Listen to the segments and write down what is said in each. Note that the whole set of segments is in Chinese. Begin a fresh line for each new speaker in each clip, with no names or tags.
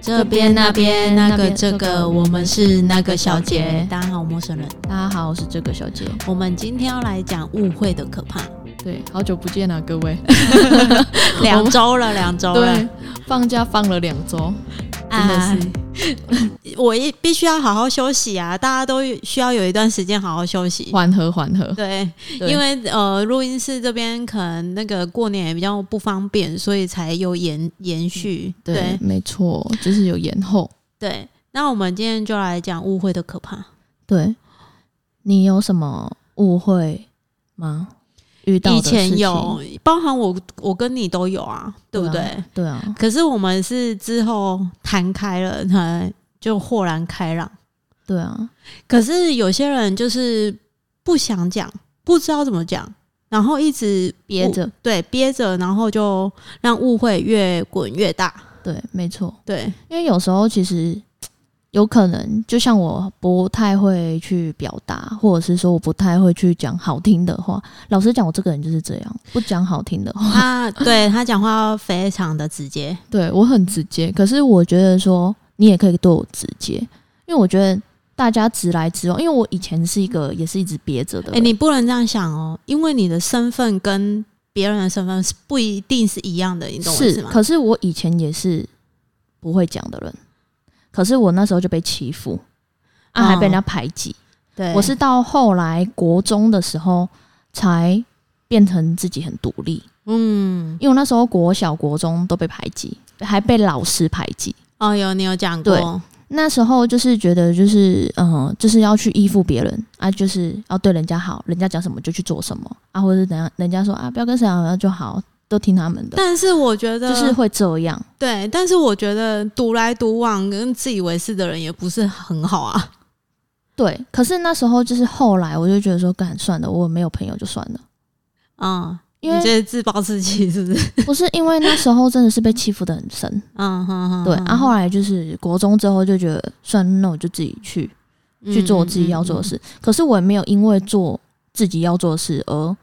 这边那边那个这个，我们是那个小姐。大家好，陌生人，
大家好，我是这个小姐。
我们今天要来讲误会的可怕。
对，好久不见啊，各位。
两周了，两周了
对，，放假放了两周，真的
啊
是。
我也必须要好好休息啊！大家都需要有一段时间好好休息。
缓和缓和。
对，
对
因为呃，录音室这边可能那个过年也比较不方便，所以才有延延续。嗯对
没错，就是有延后。
对，那我们今天就来讲误会的可怕。
对，你有什么误会吗？遇到
以
的事情
前有，包含我，我跟你都有啊，对不对？
啊对啊，
可是我们是之后谈开了，才就豁然开朗。
对啊，
可是有些人就是不想讲，不知道怎么讲，然后一直
憋着
误，对，憋着，然后就让误会越滚越大。
对，没错。
对，
因为有时候其实有可能，就像我不太会去表达，或者是说我不太会去讲好听的话。老实讲，我这个人就是这样，不讲好听的话，
他对他讲话非常的直接，
对我很直接。可是我觉得说，你也可以对我直接，因为我觉得大家直来直往。因为我以前是一个也是一直憋着的
哎、
人，
你不能这样想哦，因为你的身份跟别人的身份是不一定是一样的，你懂我意思
是，
吗？
可是我以前也是不会讲的人，可是我那时候就被欺负，啊，还被人家排挤。
对，
我是到后来国中的时候才变成自己很独立，
嗯，
因为我那时候国小、国中都被排挤，还被老师排挤。
哦，有你有讲过，
那时候就是觉得就是嗯、呃就是要去依附别人啊，就是要对人家好，人家讲什么就去做什么啊，或者是等下人家说啊不要跟谁好就好，都听他们的，
但是我觉得
就是会这样。
对，但是我觉得独来独往跟自以为是的人也不是很好 啊。
对，可是那时候就是后来我就觉得说，干算了，我没有朋友就算了，
嗯，
因为
你这是自暴自弃是不是？
不是因为那时候真的是被欺负的很深，
嗯哼哼，
对，
哼
啊，后来就是国中之后就觉得，算了，那我就自己去
嗯
去做我自己要做的。事。可是我也没有因为做自己要做的事而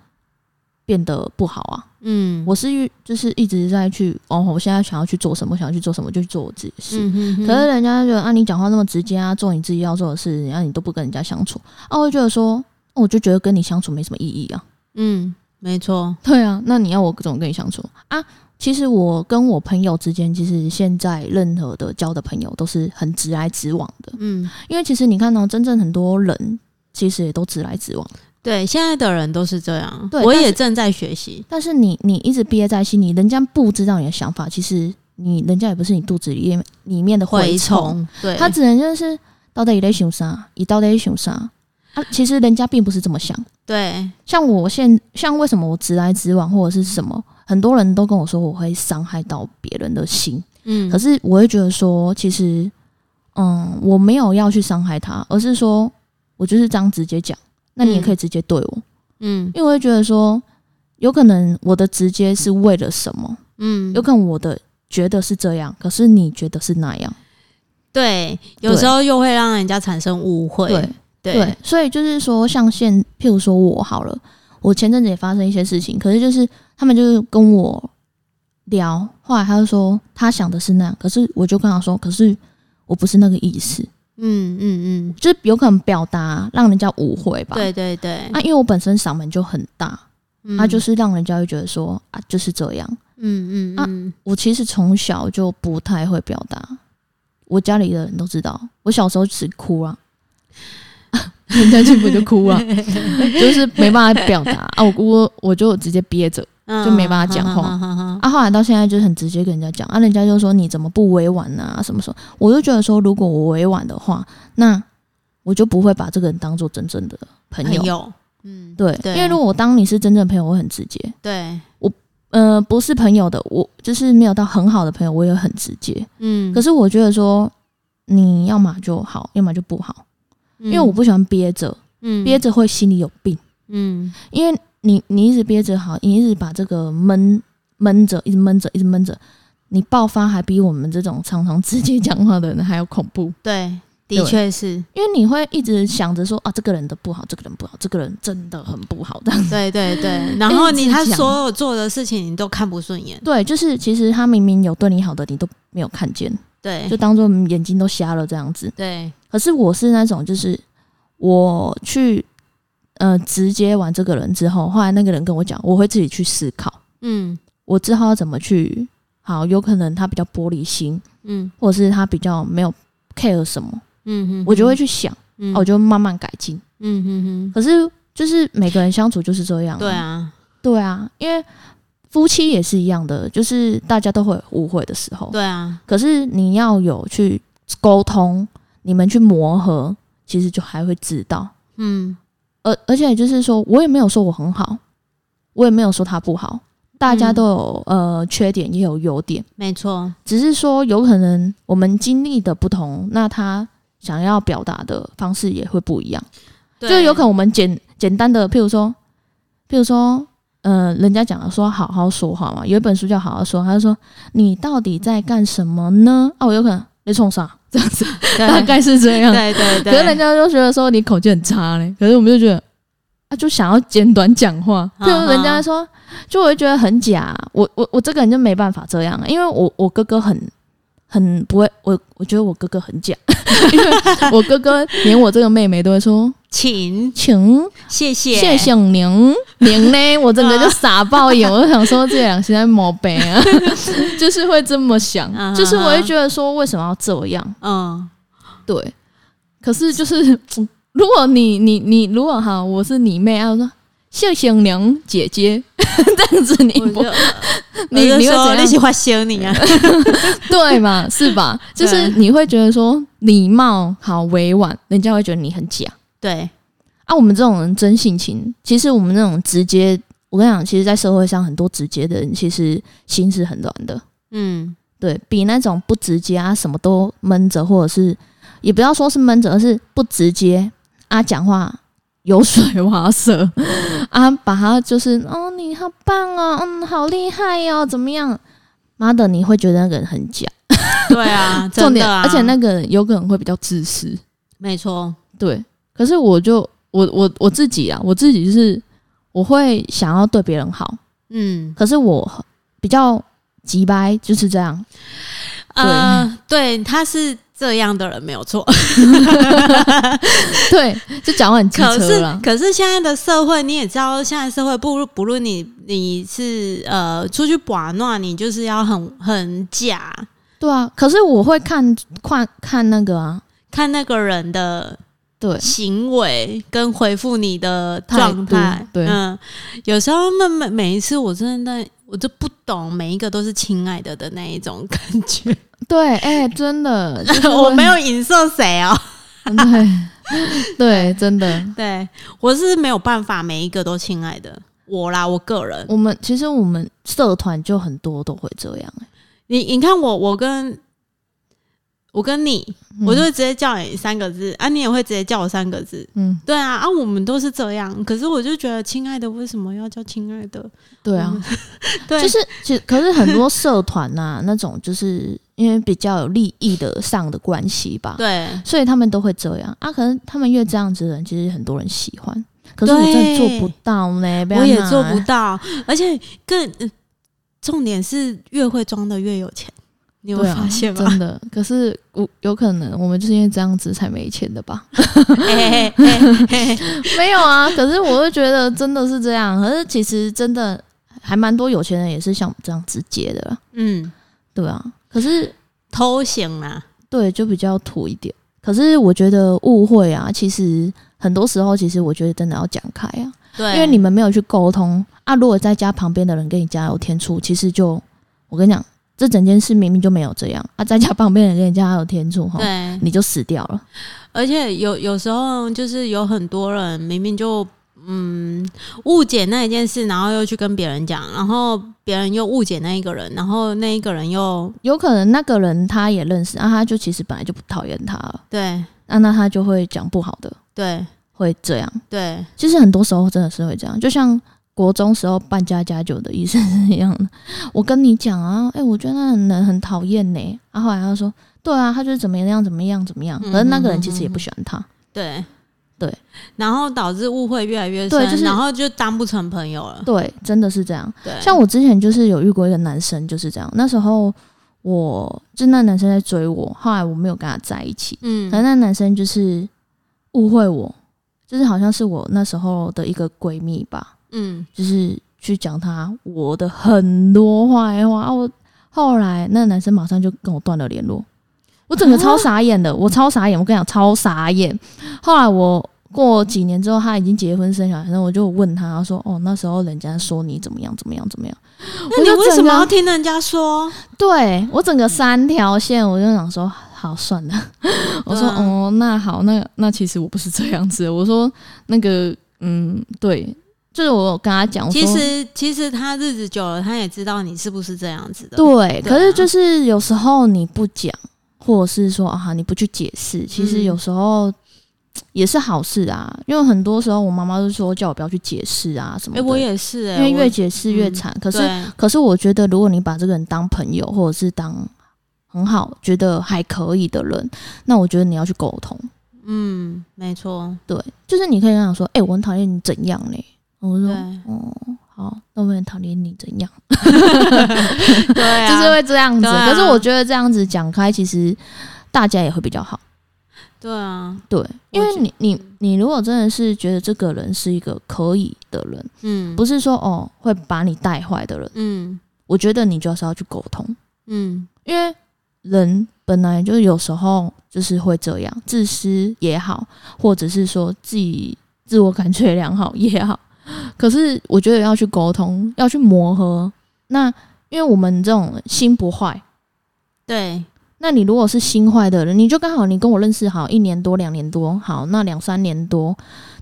变得不好啊。
嗯嗯嗯嗯嗯，
我是遇就是一直在去哦，我现在想要去做什么，想要去做什么，就去做我自己的事。
嗯哼哼
可是人家就觉得啊，你讲话那么直接啊，做你自己要做的事，然、后你都不跟人家相处啊，我就觉得说，哦我就觉得跟你相处没什么意义啊。
嗯，没错，
对啊，那你要我怎么跟你相处啊？其实我跟我朋友之间，其实现在任何的交的朋友都是很直来直往的，
嗯，
因为其实你看到、真正很多人其实也都直来直往，
对，现在的人都是这样，
对
我
但
也
是
正在学习。
但是你你一直憋在心里，人家不知道你的想法，其实你人家也不是你肚子里面里面的蛔虫，，
对，
他只能就是到底在想啥，你到底在想啥啊？其实人家并不是这么想。
对，
像我现像为什么我直来直往或者是什么，很多人都跟我说我会伤害到别人的心，
嗯，
可是我会觉得说，其实嗯，我没有要去伤害他，而是说我就是这样直接讲，那你也可以直接对我，
嗯
因为我会觉得说，有可能我的直接是为了什么，
嗯，
有可能我的觉得是这样，可是你觉得是那样，
对，有
对
时候又会让人家产生误会。
对
对
对，所以就是说，像现譬如说我好了，我前阵子也发生一些事情，可是就是他们就是跟我聊，后来他就说他想的是那样，可是我就跟他说，可是我不是那个意思，
嗯嗯嗯，
就是有可能表达让人家误会吧。
对对对，
啊，因为我本身嗓门就很大，
嗯
啊，就是让人家会觉得说啊，就是这样。
嗯嗯
啊
嗯，
我其实从小就不太会表达，我家里的人都知道，我小时候只哭 啊， 人家欺负就哭啊，就是没办法表达啊，我我我就直接憋着
嗯
就没办法讲话
嗯嗯嗯嗯嗯
啊。后来到现在就是很直接跟人家讲啊，人家就说你怎么不委婉啊，什么什么，我就觉得说如果我委婉的话，那我就不会把这个人当做真正的朋友。
朋友，嗯，
对，
对
因为如果我当你是真正的朋友，我会很直接。
对，
呃，不是朋友的，我就是没有到很好的朋友，我也很直接。
嗯，
可
是
是我觉得说，你要么就好，要么就不好，
嗯
因为我不喜欢憋着，憋
憋，
着会心里有病。
嗯
因为你你一直憋着好，你一直把这个闷闷着，一直闷着，一直闷着，你爆发还比我们这种常常直接讲话的人还要恐怖，
对，的
对
确是，
因为你会一直想着说啊，这个人的不好，这个人不好，这个人真的很不好这样子。
对对 对。然后
一
你
直
他
讲
所有做的事情你都看不顺眼，
对，就是其实他明明有对你好的，你都没有看见，
对
就当做眼睛都瞎了这样子。
对
可是我是那种，就是我去呃直接玩这个人之后，后来那个人跟我讲，我会自己去思考，
嗯
我之后要怎么去。好，有可能他比较玻璃心，
嗯
或者是他比较没有 care 什么，
嗯嗯，
我就会去想，
嗯
啊我就慢慢改进。
嗯嗯嗯
可是就是每个人相处就是这样、
嗯，对，啊
对啊，因为夫妻也是一样的，就是大家都会有误会的时候。
对啊，
可是你要有去沟通，你们去磨合，其实就还会知道。
嗯
而而且就是说我也没有说我很好，我也没有说他不好，大家都有、呃缺点，也有优点，
没错，
只是说有可能我们经历的不同，那他想要表达的方式也会不一样。
就
就是有可能我们简简单的，譬如说，譬如说，呃，人家讲的说好好说话嘛，有一本书叫《好好说》，他就说你到底在干什么呢？啊，我有可能你冲啥这样子，大
对
概是这样。
对对
可
对，
是人家就觉得说你口技很差嘞，可是我们就觉得。啊，就想要简短讲话，
嗯
就人家说，就我会觉得很假。我我我这个人就没办法这样，因为我我哥哥很很不会，我我觉得我哥哥很假， 因为我哥哥连我这个妹妹都会说，
请
请
谢谢
谢谢您，您呢？我整个就傻爆眼，我就想说这两现在毛病啊， 就是会这么想
嗯，
就是我会觉得说为什么要这样？
嗯
对，可是就是 嗯如果你你你如果哈，我是你妹啊，我说谢谢您姐姐 这样子，你
我
不
就我
你
就
你会
说
怎
你
样？
喜欢修你啊，
对嘛，是吧？ 就是你会觉得说礼貌好委婉，人家会觉得你很假。
对
啊，我们这种人真性情，其实我们那种直接，我跟你讲，其实，在社会上很多直接的人，其实心是很软的，
嗯
对比那种不直接啊，什么都闷着，或者是也不要说是闷着，而是不直接啊，讲话油水滑舌啊，把他就是哦，你好棒哦，嗯，好厉害哦，怎么样？妈的，你会觉得那个人很假，
对啊，
重
真
点，
的啊，
而且那个人有可能会比较自私，
没错，
对，可是我就我我我自己啊，我自己就是我会想要对别人好，
嗯
可是我比较急掰，就是这样。
呃，对，他是这样的人没有错。
对，就讲话很 机
可
车
是
啦，。
可是现在的社会，你也知道，现在社会不不论你你是呃出去玩闹，你就是要很很假，
对啊，可是我会看看看那个啊，
看那个人的
对，
行为跟回复你的
态
状态
度。对
嗯，有时候每每每一次，我真的我就不懂，每一个都是亲爱的的那一种感 觉。
对，哎、真的，就是会
我没有影射谁哦，
对对，真的。
对我是没有办法，每一个都亲爱的。我啦，我个人，
我们其实我们社团就很多都会这样、哎
你你看我，我跟我跟你，
嗯
我就会直接叫你三个字、啊，你也会直接叫我三个字。
嗯，
对啊，啊，我们都是这样。可是我就觉得，亲爱的，为什么要叫亲爱的？
对啊，
对，
就是其实可是很多社团呐、那种就是因为比较有利益的上的关系吧，
对，
所以他们都会这样啊。可能他们越这样子的人，其实很多人喜欢，可是我真的做不到呢，不要啊
我也
拿
做不到，而且更、呃重点是，越会装的越有钱，你有
对啊
发现吗？
真的， 可是我有可能我们就是因为这样子才没钱的 吧？
哎哎哎哎哎
没有啊，可是我会觉得真的是这样。可是其实真的还蛮多有钱人也是像我们这样直接的啦，啊
嗯，
对啊。可是
偷闲啊啦，
对，就比较土一点。可是我觉得误会啊，其实很多时候，其实我觉得真的要讲开啊，
对，
因为你们没有去沟通啊。如果在家旁边的人跟你加油添醋，其实就我跟你讲，这整件事明明就没有这样啊，在家旁边的人跟你加油添醋哈，
对，
你就死掉了。
而且有有时候就是有很多人明明就嗯误解那一件事，然后又去跟别人讲，然后别人又误解那一个人，然后那一个人又
有可能那个人他也认识啊，他就其实本来就不讨厌他了，
对
啊，那他就会讲不好的，
对
会这样。
对
其实很多时候真的是会这样，就像国中时候办家家酒的意思是一样的。我跟你讲啊，哎、我觉得那人很讨厌呢。啊，后来他说，对啊，他就是怎么样怎么样怎么样，
嗯
可是那个人其实也不喜欢他。
对
对，
然后导致误会越来越深，
对就是
然后就当不成朋友了。
对，真的是这样。
对，
像我之前就是有遇过一个男生就是这样，那时候我就那男生在追我，后来我没有跟他在一起，
嗯
可能那男生就是误会我，就是好像是我那时候的一个闺蜜吧，
嗯
就是去讲她我的很多坏话。啊我后来那个男生马上就跟我断了联络，我整个
啊
超傻眼的，我超傻眼，我跟你讲超傻眼。后来我过几年之后，他已经结婚生小孩，然后我就问他，他说：“哦，那时候人家说你怎么样怎么样怎么样。”
那你
我就
为什
整
么
个
要听人家说？
对我整个三条线，我就想说，好算了。我说、
嗯
哦，那好，那那其实我不是这样子的。我说那个，嗯，对，就是我有跟他讲，我说
其实其实他日子久了，他也知道你是不是这样子的。对
对，
啊
可是就是有时候你不讲，或者是说啊，你不去解释，其实
嗯
有时候。嘖也是好事啊，因为很多时候我妈妈就说叫我不要去解释啊什么
哎、
的，
我也嗯是哎、
因为
我
越解释越惨。可是
对
可是我觉得，如果你把这个人当朋友，或者是当很好、觉得还可以的人，那我觉得你要去沟通。
嗯，没错，
对，就是你可以跟他讲说：“哎、我很讨厌你怎样嘞？”我就
对
说：“哦，好，那我很讨厌你怎样。
对、啊，
就是会这样子。
对啊
可是我觉得这样子讲开，其实大家也会比较好。
对啊，
对，因
我
为
觉
你你你如果真的是觉得这个人是一个可以的人，
嗯，
不是说哦会把你带坏的人，
嗯
我觉得你就是要去沟通。
嗯
因为人本来就有时候就是会这样，自私也好，或者是说自己自我感觉良好也好， 可是我觉得要去沟通，要去磨合。那因为我们这种心不坏，
对，
那你如果是心坏的人，你就刚好你跟我认识好一年多、两年多，好那两三年多，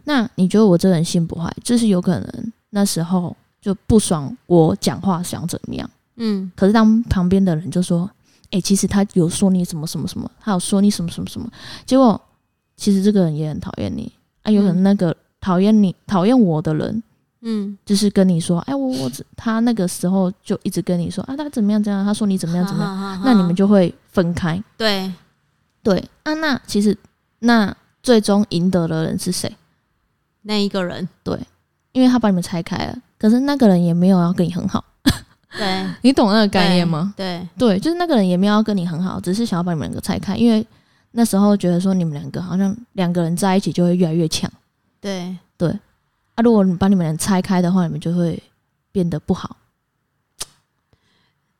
那你觉得我这个人心不坏，就是有可能那时候就不爽我讲话想怎么样。
嗯
可是当旁边的人就说：“哎、其实他有说你什么什么什么，他有说你什么什么什么。”结果其实这个人也很讨厌你啊，有可能那个讨厌你、讨厌我的人，
嗯，
就是跟你说：“哎、我我只他那个时候就一直跟你说啊，他怎么样怎么样，他说你怎么样怎么样。
样
那你们就会分开。
对，
对啊，那其实那最终赢得的人是谁？
那一个人，
因为他把你们拆开了，可是那个人也没有要跟你很好，
对，
你懂那个概念吗？
对，
对，就是那个人也没有要跟你很好，只是想要把你们两个拆开，因为那时候觉得说你们两个好像两个人在一起就会越来越强
对，
啊。如果你把你们俩拆开的话，你们就会变得不好。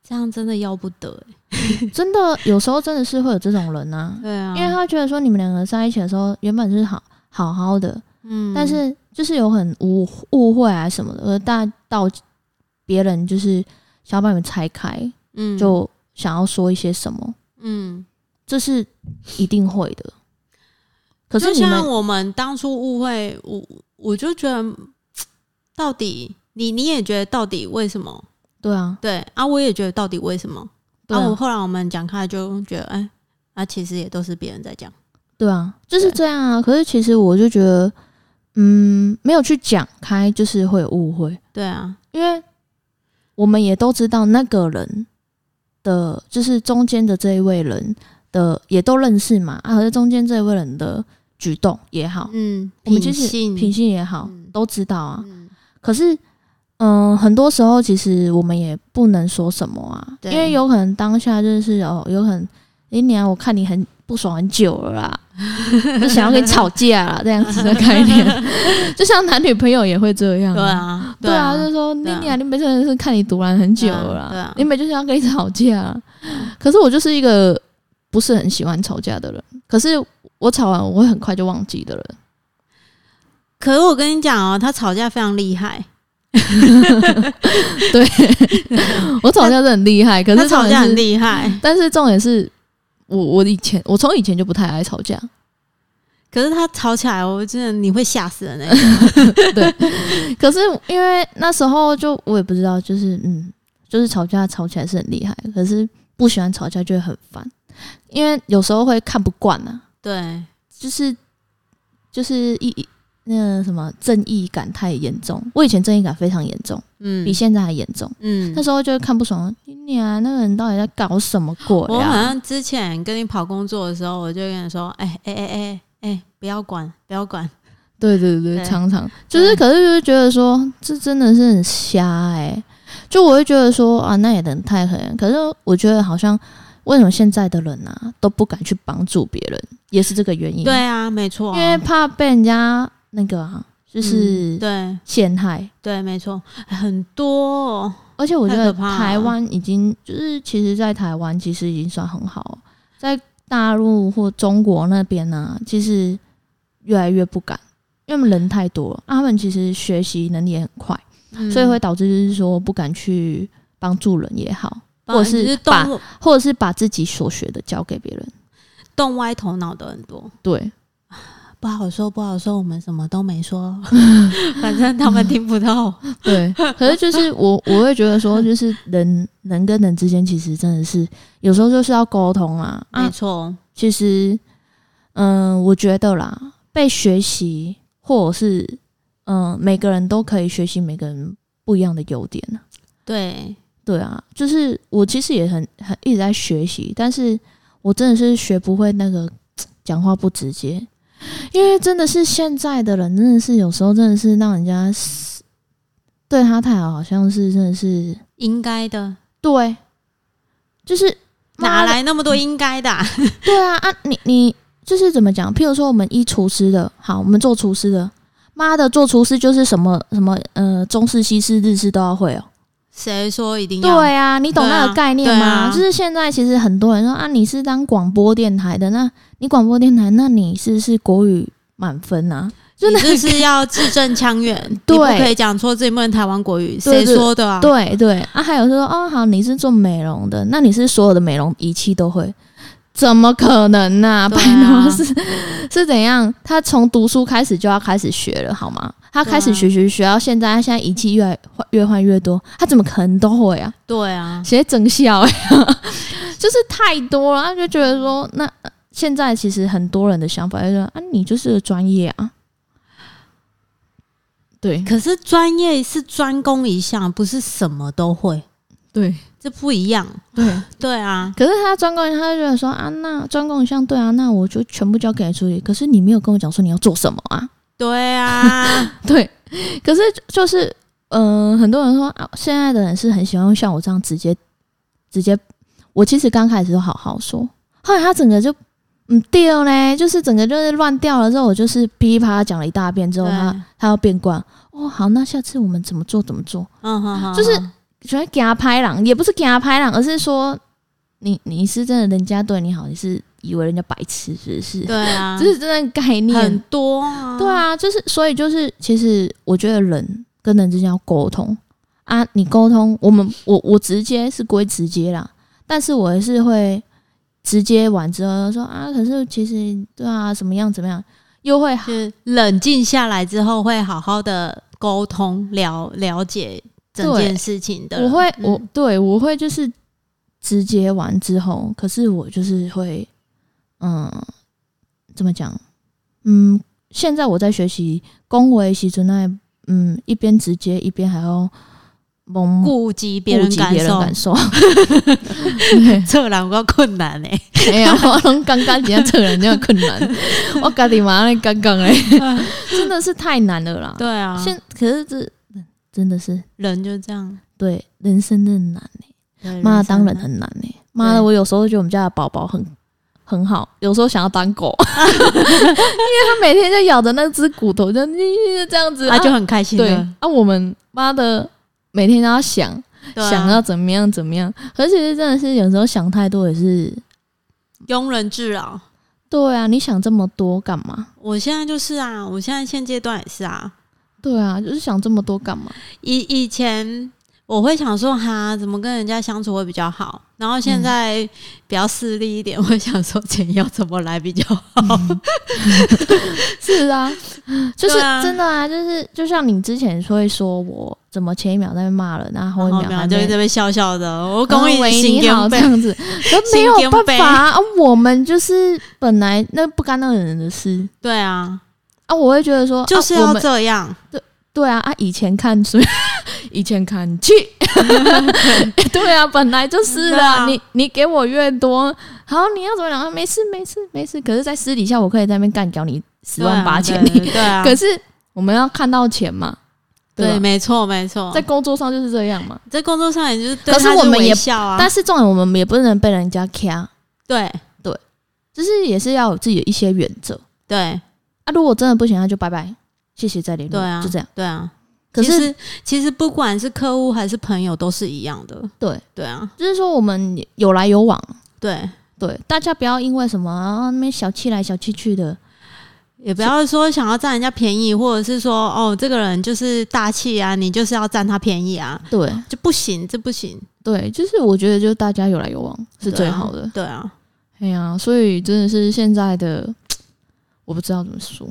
这样真的要不得、欸，
真的，有时候真的是会有这种人啊，
对啊，
因为他觉得说你们两个在一起的时候原本是好好好的，
嗯，
但是就是有很误误会啊什么的，而大到别人就是想要把你们拆开，
嗯，
就想要说一些什么，
嗯，
这是一定会的。可是
就
你们
像我们当初误会，我我就觉得，嗯到底你你也觉得到底为什么？
对啊，
对啊，我也觉得到底为什么？
对
啊，
啊
我后来我们讲开就觉得，哎、啊，其实也都是别人在讲，
对啊，就是
对
这样啊。可是其实我就觉得，嗯，没有去讲开，就是会有误会，
对啊，
因为我们也都知道那个人的，就是中间的这一位人的，也都认识嘛。啊，可是中间这一位人的举动也好，
嗯，
哦我
品
们就是
性，
品性也好
嗯，
都知道啊。
嗯，
可是，嗯、很多时候其实我们也不能说什么啊，
对
因为有可能当下就是哦，有可能，哎、娘，我看你很不爽很久了啦， 就想要跟你吵架 啦，这样子的概念，就像男女朋友也会这样、
对。啊，
嗯对啊，就是说你
对啊
俩你每次是看你独揽很久了
对
啦，
啊对啊
你每就是要跟你吵架啊、可是我就是一个不是很喜欢吵架的人，可是我吵完我会很快就忘记的人。
可是我跟你讲哦，他吵架非常厉害，
我吵架是很厉害，可
他
是
吵
重点
架
是嗯
很厉害，
但是重点是我我以前我从以前就不太爱吵架，
可是他吵起来，我真的你会吓死人 欸
可是因为那时候就我也不知道，就是嗯，就是吵架吵起来是很厉害，可是不喜欢吵架就会很烦，因为有时候会看不惯啊，
对，
就是就是一一那什么正义感太严重，我以前正义感非常严重，
嗯
比，现在还严重。
嗯
那，时候就会看不爽，你啊，那个人到底在搞什么鬼
我好
啊？
像之前跟你跑工作的时候，我就跟你说，哎哎哎哎哎，不要管，不要管，
对对对，
对
常常就是，
对
可是就是觉得说，这真的是很瞎哎、就我会觉得说啊，那也人太黑暗。可是我觉得好像为什么现在的人啊都不敢去帮助别人，也是这个原因。
对，啊，没错啊，
因为怕被人家那个啊，就是
嗯对
陷害。
对，没错，哎很多哦、
而且我觉
太
得
可怕了
台湾已经就是，其实，在台湾其实已经算很好，在大陆或中国那边呢、其实越来越不敢，因为人太多了，啊他们其实学习能力也很快，
嗯
所以会导致就是说不敢去帮助人也好，
把
或者是
就是
把
动
或者是把自己所学的交给别人。
动歪头脑的很多，
对，
不好说，不好说，我们什么都没 说，反正他们听不到。
对，可是就是 我我会觉得说，就是人人跟人之间其实真的是有时候就是要沟通啊， 啊
没错，
其实，嗯，我觉得啦，被学习或者是嗯，每个人都可以学习每个人不一样的优点啊
对，
对啊，就是我其实也很很一直在学习，但是我真的是学不会那个嗯讲话不直接，因为真的是现在的人真的是有时候真的是让人家是对他太好，好像是真的是
应该的，
对，就是
哪
妈的
来那么多应该的啊、
对啊啊，你你就是怎么讲？譬如说，我们一厨师的，好，我们做厨师的，妈的，做厨师就是什么什么呃，中式、西式、日式都要会哦。
谁说一定要？
对啊，你懂那
对
个
啊
概念吗？
对啊
就是现在其实很多人说啊，你是当广播电台的，那你广播电台，那你是不是国语满分啊？真的
你就是要字正腔圆，你
对
不可以讲错自己不能台湾国语，谁
对对
说的啊？
对对啊，还有说哦，好，你是做美容的，那你是所有的美容仪器都会？怎么可能呢、
对
拜
啊
托是是怎样？他从读书开始就要开始学了，好吗？他开
对
始
啊
学学学到现在，他现在仪器越来越换越多，他怎么可能都会啊？
对啊，
写整笑、欸， 就是太多了，他就觉得说，那呃现在其实很多人的想法就是说啊，你就是专业啊，对
可是专业是专攻一项，不是什么都会，
对
这不一样。
对，
对啊，
可是他专攻，他就觉得说啊，那专攻一项对啊，那我就全部交给你处理。可是你没有跟我讲说你要做什么啊？
对 啊，
对，可是就是嗯、呃很多人说啊，现在的人是很喜欢像我这样直接直接。我其实刚开始都好好说，后来他整个就嗯掉嘞，就是整个就是乱掉了。之后我就是噼里啪啦讲了一大遍之后，
对
他他要变卦。哦，好，那下次我们怎么做怎么做？
嗯哼哼，
就是
哼
喜欢给他拍朗，也不是给他拍朗，而是说你你是真的人家对你好，你是以为人家白痴是不是？
对啊，
这是真的概
很
念。
多啊，
对啊，就是所以就是，其实我觉得人跟人之间要沟通啊，你沟通，我们我我直接是归直接啦，但是我还是会直接完之后说啊，可是其实对啊，怎么样怎么样，又会
就是冷静下来之后，会好好的沟通了了解整件事情的。
我会，
嗯
我对我会就是直接完之后，可是我就是会，嗯，怎么讲？嗯，现在我在学习恭维习尊那，嗯，一边直接一边还要蒙
顾及别
顾
人
及
感
别人
受，
感受， 对，
这两个困难呢、
哎呀，我拢刚刚怎样做人家困难，我家己嘛咧刚刚嘞， 真的是太难了啦。
对啊，
现可 是这真的是
人就这样。
对人生真的难。
对
妈的，当人
生啊
很难呢、欸妈
对
的，我有时候觉得我们家的宝宝很很好，有时候想要当狗， 因为它每天就咬着那只骨头，就 这样子，
啊，就很开心
对
的，
啊，我们妈的每天都要想、
对啊
想要怎么样怎么样，而且真的是有时候想太多也是，
庸人自扰。
对啊，你想这么多干嘛？
我现在就是啊，我现在现阶段也是啊。
对啊，就是想这么多干嘛？
以以前我会想说，哈，怎么跟人家相处会比较好？然后现在比较势利一点， 会想说钱要怎么来比较好？
是啊，就是
对啊
真的啊，就是就像你之前会说我怎么前一秒在骂人，然后后
然
一
后
秒
没有
还
就
在
在这边笑笑的，我
恭
恭
维
喜
哦你好这样子，可没有办法啊、我们就是本来那不干那个人的事
对啊，
啊，我会觉得说，
就是
啊、我
要
们
这样，
对啊啊，以前看书， 以前看 剧，对啊，本来就是
对啊
啦，你你给我越多，好，你要怎么讲啊？没事没事没事，可是，在私底下 我可以在那边干掉你十万八千
对
里，
对啊，
可是我们要看到钱嘛，对
对，
吧，
没错没错，
在
在
工作上就是这样嘛。
在工作上也就是对
可是
他就
我们也
微笑啊，
但是重点，我们也不能被人家掐，
对
就是也是要有自己的一些原则
对
啊。如果真的不行，那就拜拜，谢谢再联络，
对啊
就这样。
对啊。
可
其
是
实其实不管是客户还是朋友都是一样的，
对，
对啊，
就是说我们有来有往，
对，
对，大家不要因为什么啊那边小气来小气去的，
也不要说想要占人家便宜，或者是说哦这个人就是大气啊，你就是要占他便宜啊，
对
就不行，这不行，
对，就是我觉得就是大家有来有往是
对
最
啊
好的。
对啊，
哎呀、所以真的是现在的，我不知道怎么说，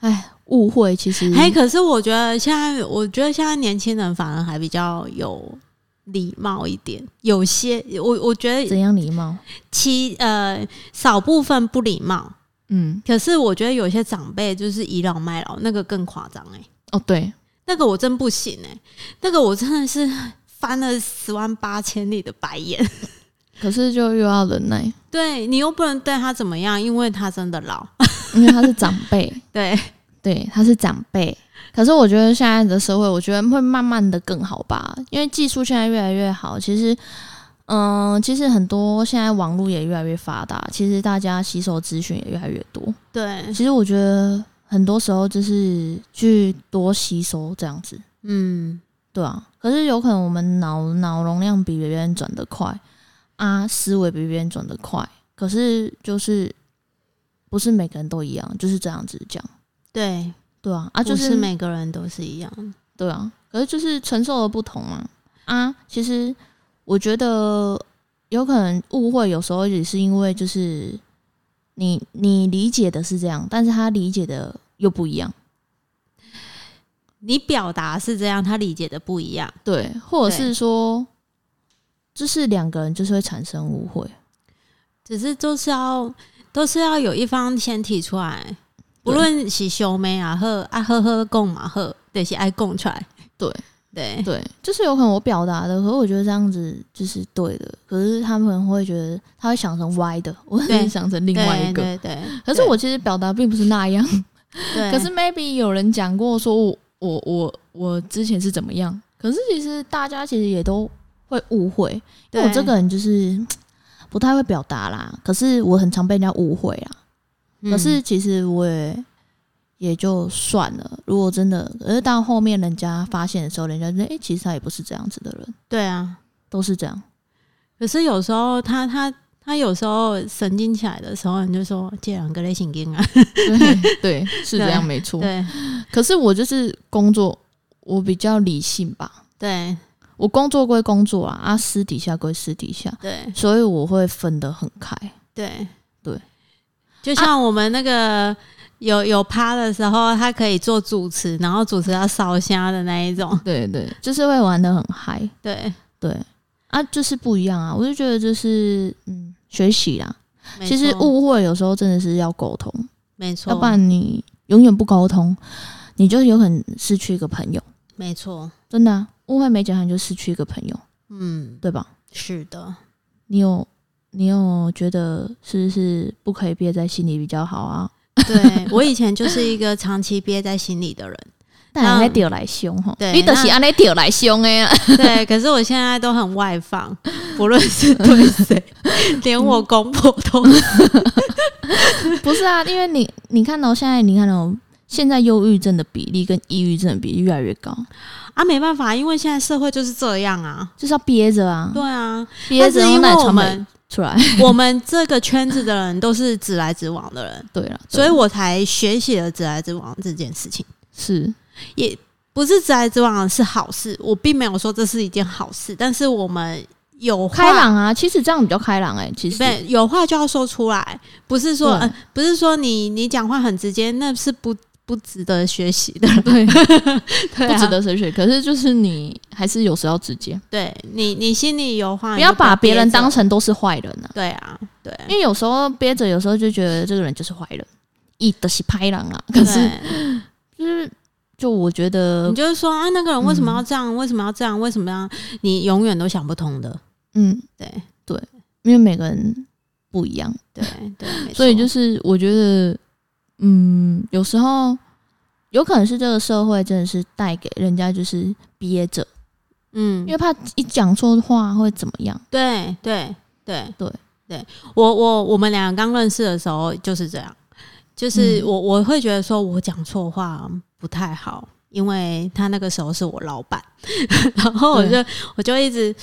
哎，误会其实
哎、可是我觉得现在，我觉得现在年轻人反而还比较有礼貌一点，有些我我觉得
怎样礼貌？
其呃少部分不礼貌，
嗯，
可是我觉得有些长辈就是倚老卖老，那个更夸张哎，
哦对，
那个我真不行哎、那个我真的是翻了十万八千里的白眼。
可是就又要忍耐，
对你又不能对他怎么样，因为他真的老。嗯
因为他是长辈，
对
对，他是长辈。可是我觉得现在的社会，我觉得会慢慢的更好吧，因为技术现在越来越好。其实，嗯、其实很多现在网络也越来越发达，其实大家吸收资讯也越来越多。
对，
其实我觉得很多时候就是去多吸收这样子，
嗯，
对啊。可是有可能我们脑脑容量比别人转得快啊，思维比别人转得快，可是就是不是每个人都一样，就是这样子讲，
对，
对啊，啊就
不
是
是每个人都是一样。
对啊，可是就是承受的不同嘛。啊，其实我觉得有可能误会，有时候也是因为就是你你理解的是这样，但是他理解的又不一样，
你表达是这样，他理解的不一样。
对，或者
对
是说，就是两个人就是会产生误会，
只是就是要都是要有一方先提出来，不论是兄妹啊，喝啊喝喝供嘛喝，对，是爱供出来，
对
对
对，就是有可能我表达的，可是我觉得这样子就是对的，可是他们会觉得他会想成歪的，我会
对
想成另外一个，
对对对，
可是我其实表达并不是那样。
对，
可是 maybe 有人讲过说我我我我之前是怎么样，可是其实大家其实也都会误会，因
对
为我这个人就是不太会表达啦，可是我很常被人家误会啦。啊
嗯
可是其实我也也就算了，如果真的，可是到后面人家发现的时候，人家就哎、诶其实他也不是这样子的人，
对啊，
都是这样。
可是有时候他他。他有时候神经起来的时候，你就说这两个类型经啊，
对对，是
这样
没 错
对
可是我就是工作，我比较理性吧。
对
我工作归工作啊，啊，私底下归私底下，
对
所以我会分得很开。
对啊
对，
就像我们那个有有趴的时候，他可以做主持，然后主持要烧虾的那一种，
对对，就是会玩得很嗨。
对，
对啊，就是不一样啊。我就觉得就是嗯，学习啦。
没
其实
错
误会有时候真的是要沟通，
没错，
要不然你永远不沟通，你就有可能失去一个朋友。
没错，
真的、啊，误会没讲好，你就失去一个朋友，
嗯，
对吧？
是的，
你有你有觉得是不是不可以憋在心里比较好啊？
对我以前就是一个长期憋在心里的人，
但还丢来凶吼，
对
你就是安尼丢来凶的啊。
对，可是我现在都很外放， 不论是对 谁，连我公婆都，
不是啊，因为你你看到现在，你看到现在忧郁症的比例跟抑郁症的比例越来越高，
啊，没办法，因为现在社会就是这样啊，
就是要憋着啊，
对啊，
憋
但
着然
是
后
因为
奶
我
传媒
们
出来。啊
我们这个圈子的人都是直来直往的人，
对了，啊
所以
对
我才学习了直来直往这件事情，
是
也。不是直来直往是好事，我并没有说这是一件好事，但是我们有话
开朗啊，其实这样比较开朗哎、其实
对，有话就要说出来，不是说、
对啊
呃、不是说你你讲话很直接，那是不不值得学习的，
对，
啊对
不值得深学。可是就是你还是有时候要直接，
对你你心里有话，
不
你
要
就
把别
憋
人
着
当成都是坏人啊，
对啊，对，
因为有时候憋着，有时候就觉得这个人就是坏人，一的是拍狼啊。可是
对
就是就我觉得
你，就是说啊，那个人为什么要这样？为什么要这样？为什么要？你永远都想不通的，
嗯，
对
因为每个人不一样。
对对，没
所以
错
就是我觉得，嗯，有时候有可能是这个社会真的是带给人家就是憋着，
嗯
因，为怕一讲错话会怎么样。
对对对
对
对，我我我们俩刚认识的时候就是这样，就是
嗯
我、我会觉得说我讲错话不太好，因为他那个时候是我老板， 然后我就我就一直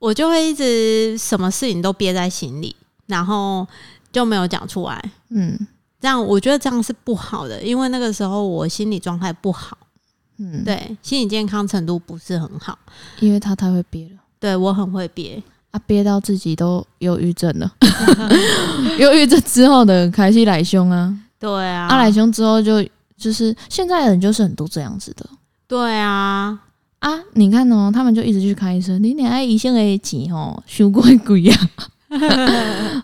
我就会一直什么事情都憋在心里，然后就没有讲出来。
嗯
这样我觉得这样是不好的，因为那个时候我心理状态不好，
嗯，，
对心理健康程度不是很好，
因为他太会憋了。
对我很会憋，
啊，憋到自己都忧郁症了。 忧郁症之后的凯西来凶啊，
对啊，
啊来凶之后就就是现在的人就是很多这样子的
对啊，
啊。你看哦，他们就一直去看医生，你连爱医生的钱哦，修贵贵 呀。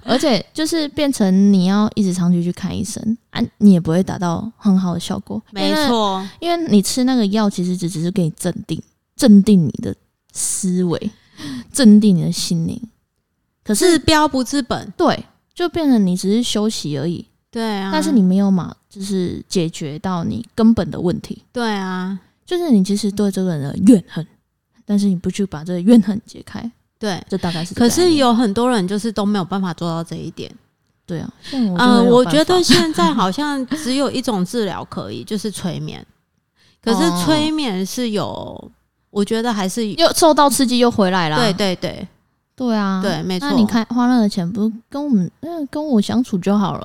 而且就是变成你要一直长期去看医生啊，你也不会达到很好的效果。
没，错，
因为你吃那个药其实只只是给你镇定，镇定你的思维，镇定你的心灵。可是
治标不治本，
对，就变成你只是休息而已，
对啊。
但是你没有嘛，就是解决到你根本的问题，
对啊，
就是你其实
嗯
对这个人的怨恨，但是你不去把这个怨恨解开，
对。
这大概是这
可
个概
是
念
有很多人就是都没有办法做到这一点。
对啊，像我
嗯、
就没有
我
办
觉
法
得现在好像只有一种治疗可以，就是催 眠。可
哦
是催眠是有，我觉得还是
又受到刺激又回来了，
对对对
对啊，
对，没错。
那你看花那个钱，不是跟我们那跟我相处就好了，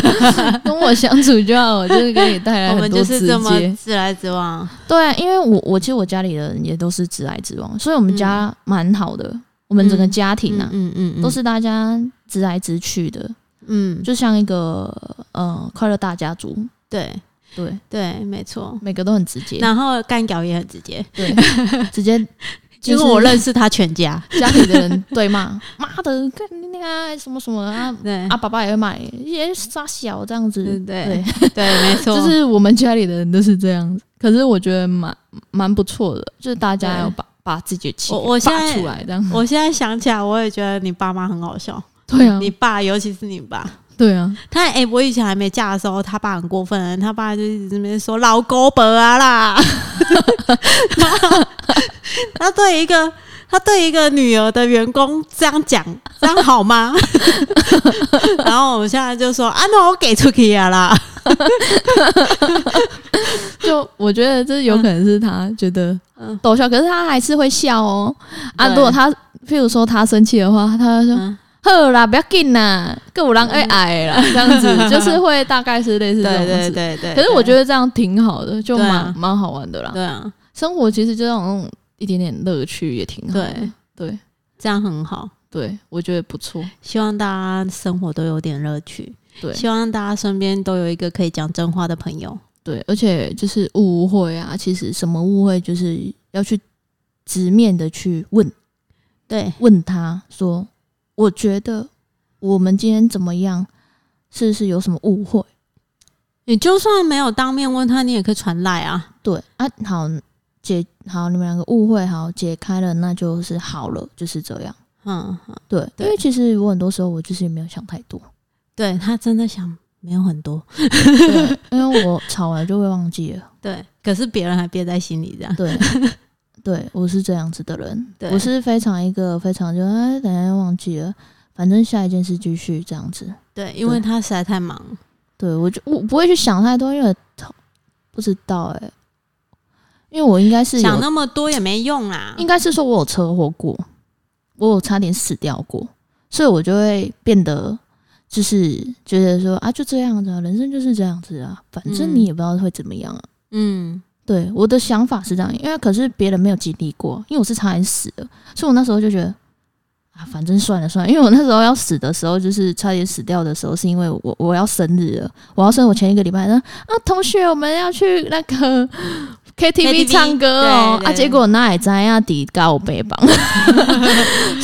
跟我相处就好了，就是给你带来
我
很
们
多
就是
直
这么
接。
直来直往，嗯
对啊，因为我我其实我家里的人也都是直来直往，所以我们家蛮好的，我们整个家庭啊，
嗯嗯嗯，
都是大家直来直去的，
嗯，
就像一个呃快乐大家族，
对
对，
对，没错。
每个都很直接，
然后干屌也很直接，
对， 直 接
因
就是
为我认识他全家。
家里的人对骂， 妈的，干你那个什么什么啊
对
啊，爸爸也会骂你，也傻小这样子，
哎对
对
对，对，没错，
就是我们家里的人都是这样子，可是我觉得蛮蛮不错的，就是大家
对
要把把自己的气
我我现
发
在
出来这样，
我现在想起来，我也觉得你爸妈很好笑。
对啊
你，爸，尤其是你爸，
对啊，
他哎、我以前还没嫁的时候，他爸很过分，他爸就一直这边说老狗本啊啦。 他他对一个他对一个女儿的员工这样讲，这样好 吗？然后我们现在就说啊，那我给出去啊啦。
就我觉得这有可能是他觉得
嗯
逗笑，可是他还是会笑哦。啊，
对
如果他譬如说他生气的话，他就说
嗯
呵啦，不要紧啦，各有人爱 爱啦，这样子就是会大概是类似
对
这
嗯
种
对
东西。
对对。
可是我觉得这样挺好的，就
对啊
蛮蛮好玩的啦
对。对啊，
生活其实就让我那种一点点乐趣也挺好的。
对
对
这样很好。
对，我觉得不错。
希望大家生活都有点乐趣，
对
希望大家身边都有一个可以讲真话的朋友。
对，而且就是误会啊，其实什么误会就是要去直面的去问
对
问他说：“我觉得我们今天怎么样？是不是有什么误会
你就算没有当面问他，你也可以传来啊。？”
对啊，好解好，你们两个误会好解开了，那就是好了，就是这样。
嗯，嗯
对，
对
因为其实我很多时候我就是也没有想太 多，
对他真的想没有很多，
对，因为我吵完就会忘记了。
对，可是别人还憋在心里这样。
对， 对我是这样子的人，
对
我是非常一个非常就哎，等一下忘记了，反正下一件事继续这样子。
对，因为他实在太忙。
对我就我不会去想太多，因为头不知道哎、因为我应该是
想
有，
那么多也没用啊啦。
应该是说我有车祸过，我有差点死掉过，所以我就会变得就是觉得说啊，就这样子啊，人生就是这样子啊，反正
嗯
你也不知道会怎么样啊。
嗯，
对，我的想法是这样，因为可是别人没有经历过，因为我是差点死了，所以我那时候就觉得。啊，反正算了算了，因为我那时候要死的时候，就是差点死掉的时候，是因为我我要生日了，我要生日我前一个礼拜说啊，同学我们要去那个 KTV
KTV
唱歌哦，
对
啊，
对
结果那也在啊底告北榜，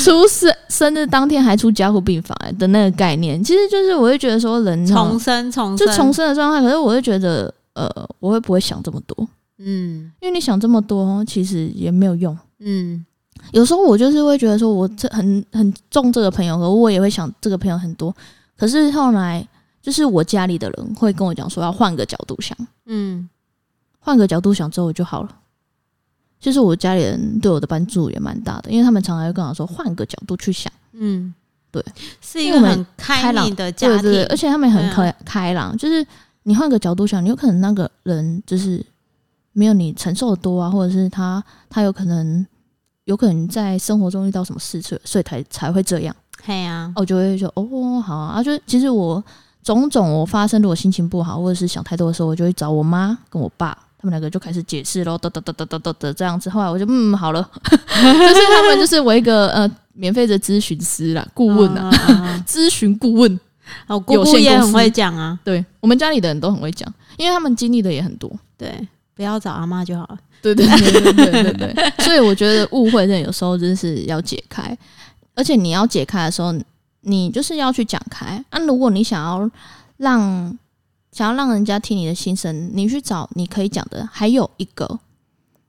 出生生日当天还出加护病房欸的那个概念，其实就是我会觉得说人哦
重生，重
就
生，
重生的状态，可是我会觉得呃，我会不会想这么多？
嗯
因为你想这么多，其实也没有用。
嗯，
有时候我就是会觉得说，我这很很重这个朋友，可我也会想这个朋友很多。可是后来就是我家里的人会跟我讲说要换个角度想，
嗯
换个角度想之后就好了。就是我家里人对我的帮助也蛮大的，因为他们常常会跟我说换个角度去想，
嗯，
对，
是一
因
个
为我们
很开明的家
对
庭，嗯
对对，而且他们很
对
开开朗，就是你换个角度想，你有可能那个人就是没有你承受的多啊，或者是他他有可能有可能在生活中遇到什么事，所以所以才才会这样。
嘿啊呀、
哦，我就会说哦，好啊，啊就其实我种种我发生，如果心情不好或者是想太多的时候，我就会找我妈跟我爸，他们两个就开始解释咯，哒哒哒哒哒哒哒这样子。后来我就嗯好了， 就是他们就是我一个呃免费的咨询师啦，顾问啊，
啊，嗯
咨询顾问。
嗯我姑
有
姑
限
也
公
很
司
会讲啊，
对我们家里的人都很会讲，因为他们经历的也很多。
对，不要找阿妈就好了。
对对对对对对 对对，所以我觉得误会这有时候真是要解开，而且你要解开的时候，你就是要去讲开啊。如果你想要让想要让人家听你的心声，你去找你可以讲的。还有一个，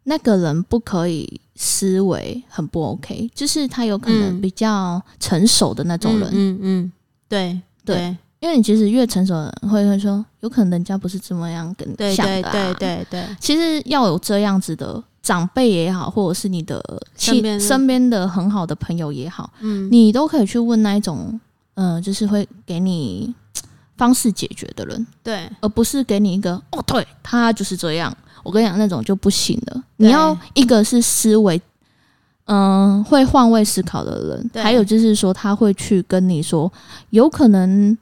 那个人不可以思维很不 OK，就是他有可能
嗯
比较成熟的那种人，
嗯嗯嗯，对
对
对
因为你其实越成熟的人会会说，有可能人家不是这么样跟你
对
想
对
的、啊，
对对对，
其实要有这样子的长辈也好，或者是你的
身
亲
边的
身边的很好的朋友也好，
嗯，
你都可以去问那一种，呃，就是会给你嘖方式解决的人，
对
而不是给你一个哦，对他就是这样。我跟你讲，那种就不行了。
对
你要一个是思维，嗯、会换位思考的人，
对
还有就是说他会去跟你说，有可能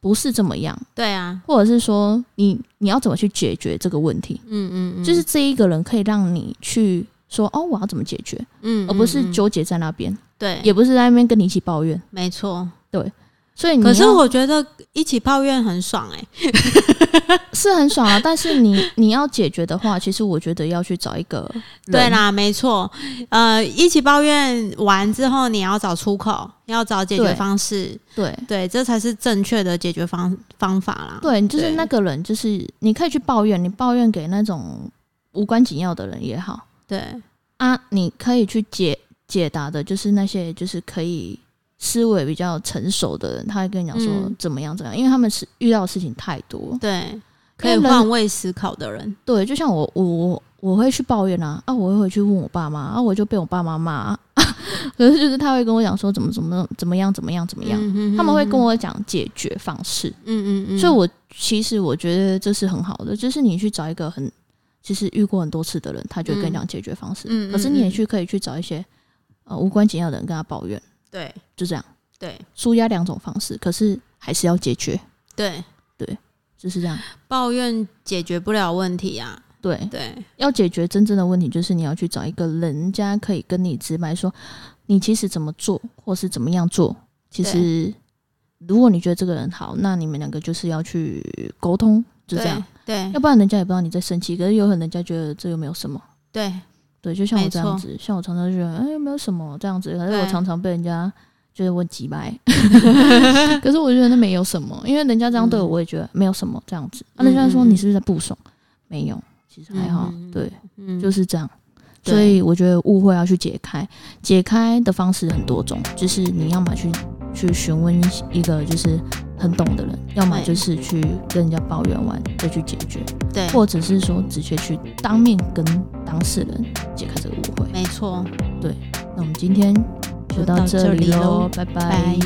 不是这么样，
对啊，
或者是说你你要怎么去解决这个问题。
嗯嗯嗯，
就是这一个人可以让你去说哦，我要怎么解决，
嗯，
而不
嗯
是
嗯
纠结在那边，
对，
也不是在那边跟你一起抱怨。
没错。
所以你
可是
要
我觉得一起抱怨很爽哎、
是很爽啊， 但是你你要解决的话，其实我觉得要去找一个人
对，啦，没错，呃，一起抱怨完之后，你要找出口，要找解决
对
方式，
对
对，这才是正确的解决方方法啦。
对，你就是
对
那个人，就是你可以去抱怨，你抱怨给那种无关紧要的人也好
对
啊，你可以去解解答的，就是那些就是可以。思维比较成熟的人，他会跟你讲说
嗯
怎么样怎么样，因为他们是遇到的事情太多，
对，
因
可
为
以
人
换位思考的人，
对，就像我我我我会去抱怨啊啊，我会回去问我爸妈啊，我就被我爸妈骂、啊， 可是就是他会跟我讲说怎么怎么怎么样怎么样怎么样，
嗯
他们会跟，我讲解决方式，
嗯嗯嗯，
所以我其实我觉得这是很好的，就是你去找一个很就是遇过很多次的人，他就会跟你讲解决方式，
嗯嗯
可是你也
嗯
去可以去找一些呃无关紧要的人跟他抱怨，
对
就这样
对
舒压两种方式，可是还是要解决，
对，
就是这样，
抱怨解决不了问题啊，
对。
对
要解决真正的问题，就是你要去找一个人家可以跟你直白说，你其实怎么做，或是怎么样做。其实，如果你觉得这个人好，那你们两个就是要去沟通，就这样。
对
要不然人家也不知道你在生气，可是有可能人家觉得这又没有什么。
对
对，就像我
没
这
错
样子，像我常常觉得，哎，又没有什么这样子，可是
对
我常常被人家觉得我 急白，可是我觉得那没有什么，因为人家这样对我，
嗯
我也觉得没有什么这样子。那、
嗯
人家说
嗯嗯
你是不是在不爽？没有，其实还好，
嗯嗯嗯
对。
嗯，
就是是这样。
对
所以我觉得误会要去解开，解开的方式很多种，就是你要么去去询问一个就是很懂的人，要么
对
就是去跟人家抱怨完再去解决，
对，
或者是说直接去当面跟当事人解开这个误会。
没错，
那我们今天就
就
到
到
这
这
里
里
喽
咯，拜。